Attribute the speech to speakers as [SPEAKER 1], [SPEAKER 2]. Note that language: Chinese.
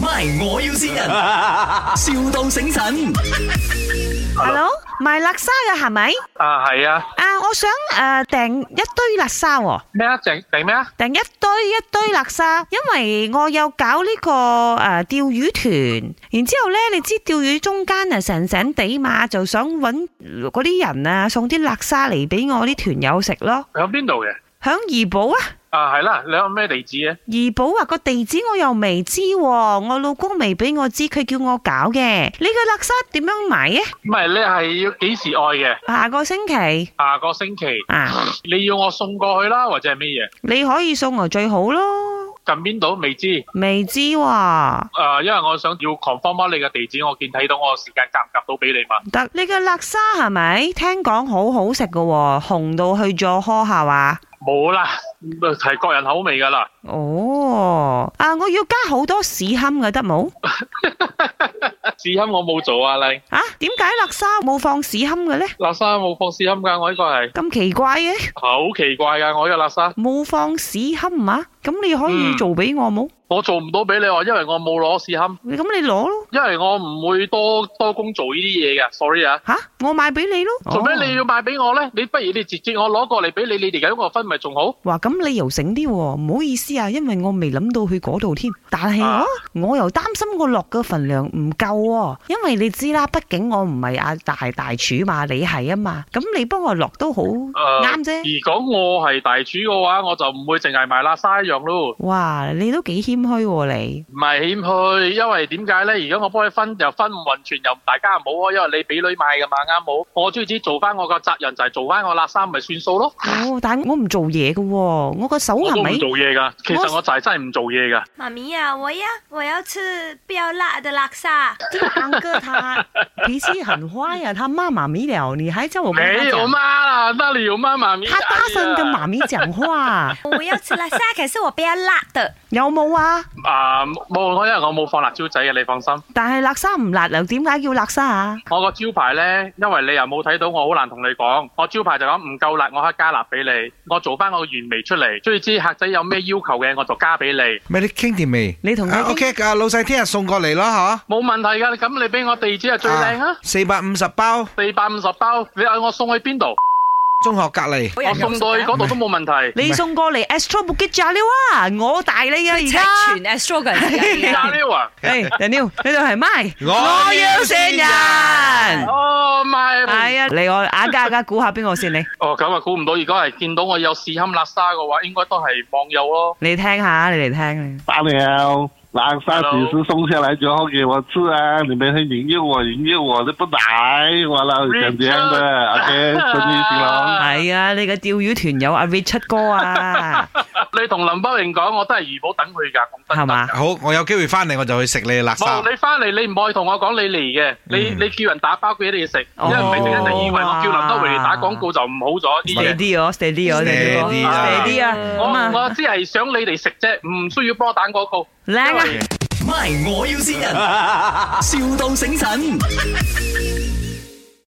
[SPEAKER 1] ，My 我要先人，,笑到醒神。
[SPEAKER 2] Hello，賣垃圾嘅係咪？
[SPEAKER 3] 啊，系啊，
[SPEAKER 2] 啊，我想诶订、訂一堆垃圾喎、
[SPEAKER 3] 咩啊？定定咩啊？
[SPEAKER 2] 訂一堆一堆垃圾，因為我有搞呢、個诶钓、魚團，然之后咧，你知釣魚中間啊神神地嘛，就想揾嗰啲人啊送啲垃圾嚟俾我啲團友食咯，
[SPEAKER 3] 响边度嘅？
[SPEAKER 2] 響怡寶啊！
[SPEAKER 3] 啊，系啦，你有咩地址嘅？
[SPEAKER 2] 怡寶啊，個地址我又未知、喎，我老公未俾我知，佢叫我搞嘅。你嘅垃圾點樣買嘅？
[SPEAKER 3] 唔系你係要幾時愛嘅？
[SPEAKER 2] 下個星期
[SPEAKER 3] 下個星期
[SPEAKER 2] 啊，
[SPEAKER 3] 你要我送過去啦，或者係咩嘢？
[SPEAKER 2] 你可以送我最好咯。
[SPEAKER 3] 近邊度未知？诶、
[SPEAKER 2] 未知喎、
[SPEAKER 3] 因為我想要 confirm 翻你嘅地址，我見睇到我時間夾唔夾到俾你嘛？
[SPEAKER 2] 得你嘅辣沙係咪？聽講好好食嘅喎，紅到去咗呵下話。
[SPEAKER 3] 冇啦，係各人口味㗎啦。
[SPEAKER 2] 哦，啊，我要加好多屎堪嘅得冇？
[SPEAKER 3] 試音我冇做啊，你
[SPEAKER 2] 啊，點解辣沙冇放屎堪嘅呢？
[SPEAKER 3] 垃圾冇放試音㗎，我呢個係
[SPEAKER 2] 咁奇怪嘅，
[SPEAKER 3] 好奇怪㗎，我呢個垃圾
[SPEAKER 2] 冇放屎堪啊？咁你可以
[SPEAKER 3] 嗯
[SPEAKER 2] 做俾我冇？
[SPEAKER 3] 我做唔到俾你，因為我冇攞試音，
[SPEAKER 2] 咁你攞咯。
[SPEAKER 3] 因為我唔會多多工做呢啲嘢嘅，sorry 啊。
[SPEAKER 2] 吓，我買俾你咯。
[SPEAKER 3] 做咩
[SPEAKER 2] 哦
[SPEAKER 3] 你要賣俾我咧？你不如你直接我攞過嚟俾你，你哋咁我分咪仲好？
[SPEAKER 2] 哇，咁你又醒啲喎，唔好意思啊，因為我未諗到去嗰度添。但係我、
[SPEAKER 3] 啊
[SPEAKER 2] 我又擔心我落嘅份量唔夠喎，因為你知啦，畢竟我唔係阿大大廚嘛，你係啊嘛，咁你幫我落都好
[SPEAKER 3] 啊
[SPEAKER 2] 啱啫。
[SPEAKER 3] 如果我係大廚嘅話，我就唔會淨係賣喇沙一樣咯。
[SPEAKER 2] 哇，你都幾謙虛喎你。
[SPEAKER 3] 唔係謙虛，因為點解咧？如果我幫你分又分唔勻全，又大家唔好啊開，因為你俾女買嘅嘛，啱冇？我最知做翻我個責任就係做翻我喇沙，咪算數咯。
[SPEAKER 2] 哦，但係我唔做嘢嘅喎，我個手
[SPEAKER 3] 啊我
[SPEAKER 2] 係
[SPEAKER 3] 都唔
[SPEAKER 2] 啊咪？
[SPEAKER 3] 做嘢㗎，其實我就係真係唔做嘢㗎。
[SPEAKER 4] 妈咪呀、我要我要吃不要辣的拉萨。
[SPEAKER 2] 这个安 哥他脾氣很壞呀、啊，他罵媽啊咪了，你還叫我跟他
[SPEAKER 3] 沒有
[SPEAKER 2] 講
[SPEAKER 3] 哎媽啦，那裡有媽媽咪。哎
[SPEAKER 2] 他大聲跟媽咪講 話，
[SPEAKER 4] 我要吃拉萨，可是我不要辣的。
[SPEAKER 2] 有冇啊？
[SPEAKER 3] 啊冇，我因為我冇放辣椒仔嘅，你放心。
[SPEAKER 2] 但係辣沙唔辣又點解叫辣沙啊？
[SPEAKER 3] 我個招牌呢，因為你又冇睇到，我好難同你講。我招牌就講唔夠辣，我可以加辣俾你。我做翻我原味出嚟，最知客仔有咩要求嘅，我就加俾你，
[SPEAKER 5] 咪你傾掂未？
[SPEAKER 2] 你同佢
[SPEAKER 5] 啊
[SPEAKER 2] 傾
[SPEAKER 5] OK 啊，老細聽日送過嚟咯，
[SPEAKER 3] 冇問題㗎。咁你俾我地址係
[SPEAKER 5] 嗬。
[SPEAKER 3] 最靚啊！
[SPEAKER 5] 四百五十包，
[SPEAKER 3] 四百五十包，你嗌我送去邊度？
[SPEAKER 5] 中學隔離。
[SPEAKER 4] 我
[SPEAKER 3] 我送到去嗰度都 冇問題。
[SPEAKER 2] 你送過嚟 Astro Bukit à? Jalil 啊，我大你啊而家。
[SPEAKER 4] 全 s t r o g g
[SPEAKER 3] 加料啊！
[SPEAKER 2] 誒 Daniel，呢度係 My，
[SPEAKER 5] 我要善人
[SPEAKER 2] 係
[SPEAKER 3] 哦，咪
[SPEAKER 2] 啊，嚟我眼家家估下邊個先你，
[SPEAKER 3] 哦，咁啊，估唔到，如果係見到我有試堪辣沙嘅話，應該都係網友咯。
[SPEAKER 2] 你聽下，你嚟聽。
[SPEAKER 6] 大了，南沙几时送下来之后给我吃啊？你们会引诱我，引诱我都不来，完了想这样的，OK，顺利行龙。
[SPEAKER 2] 係啊，你嘅釣魚團友阿 Richard 哥啊，
[SPEAKER 3] 你同林北榮講，我都係怡寶等佢㗎，講真
[SPEAKER 2] 係嘛？
[SPEAKER 5] 好，我有機會翻嚟我就去食你嘅垃
[SPEAKER 3] 冇，
[SPEAKER 5] 圾。
[SPEAKER 3] 你翻嚟你唔可以同我講你嚟嘅，你
[SPEAKER 5] 嗯
[SPEAKER 3] 你叫人打包俾你食，
[SPEAKER 2] 哦
[SPEAKER 3] 因為唔係陣間就以為我叫林德榮嚟打廣告就唔好咗啲
[SPEAKER 2] steady
[SPEAKER 3] 嘢。
[SPEAKER 2] 啲哦，steady 哦
[SPEAKER 5] Steady 啊
[SPEAKER 2] ，steady à. 啊，
[SPEAKER 3] 我
[SPEAKER 2] 咁啊，
[SPEAKER 3] 我只係想你嚟食啫，唔需要幫我打廣告。
[SPEAKER 2] à. 靚啊！
[SPEAKER 1] My 我要先人，,笑到醒神。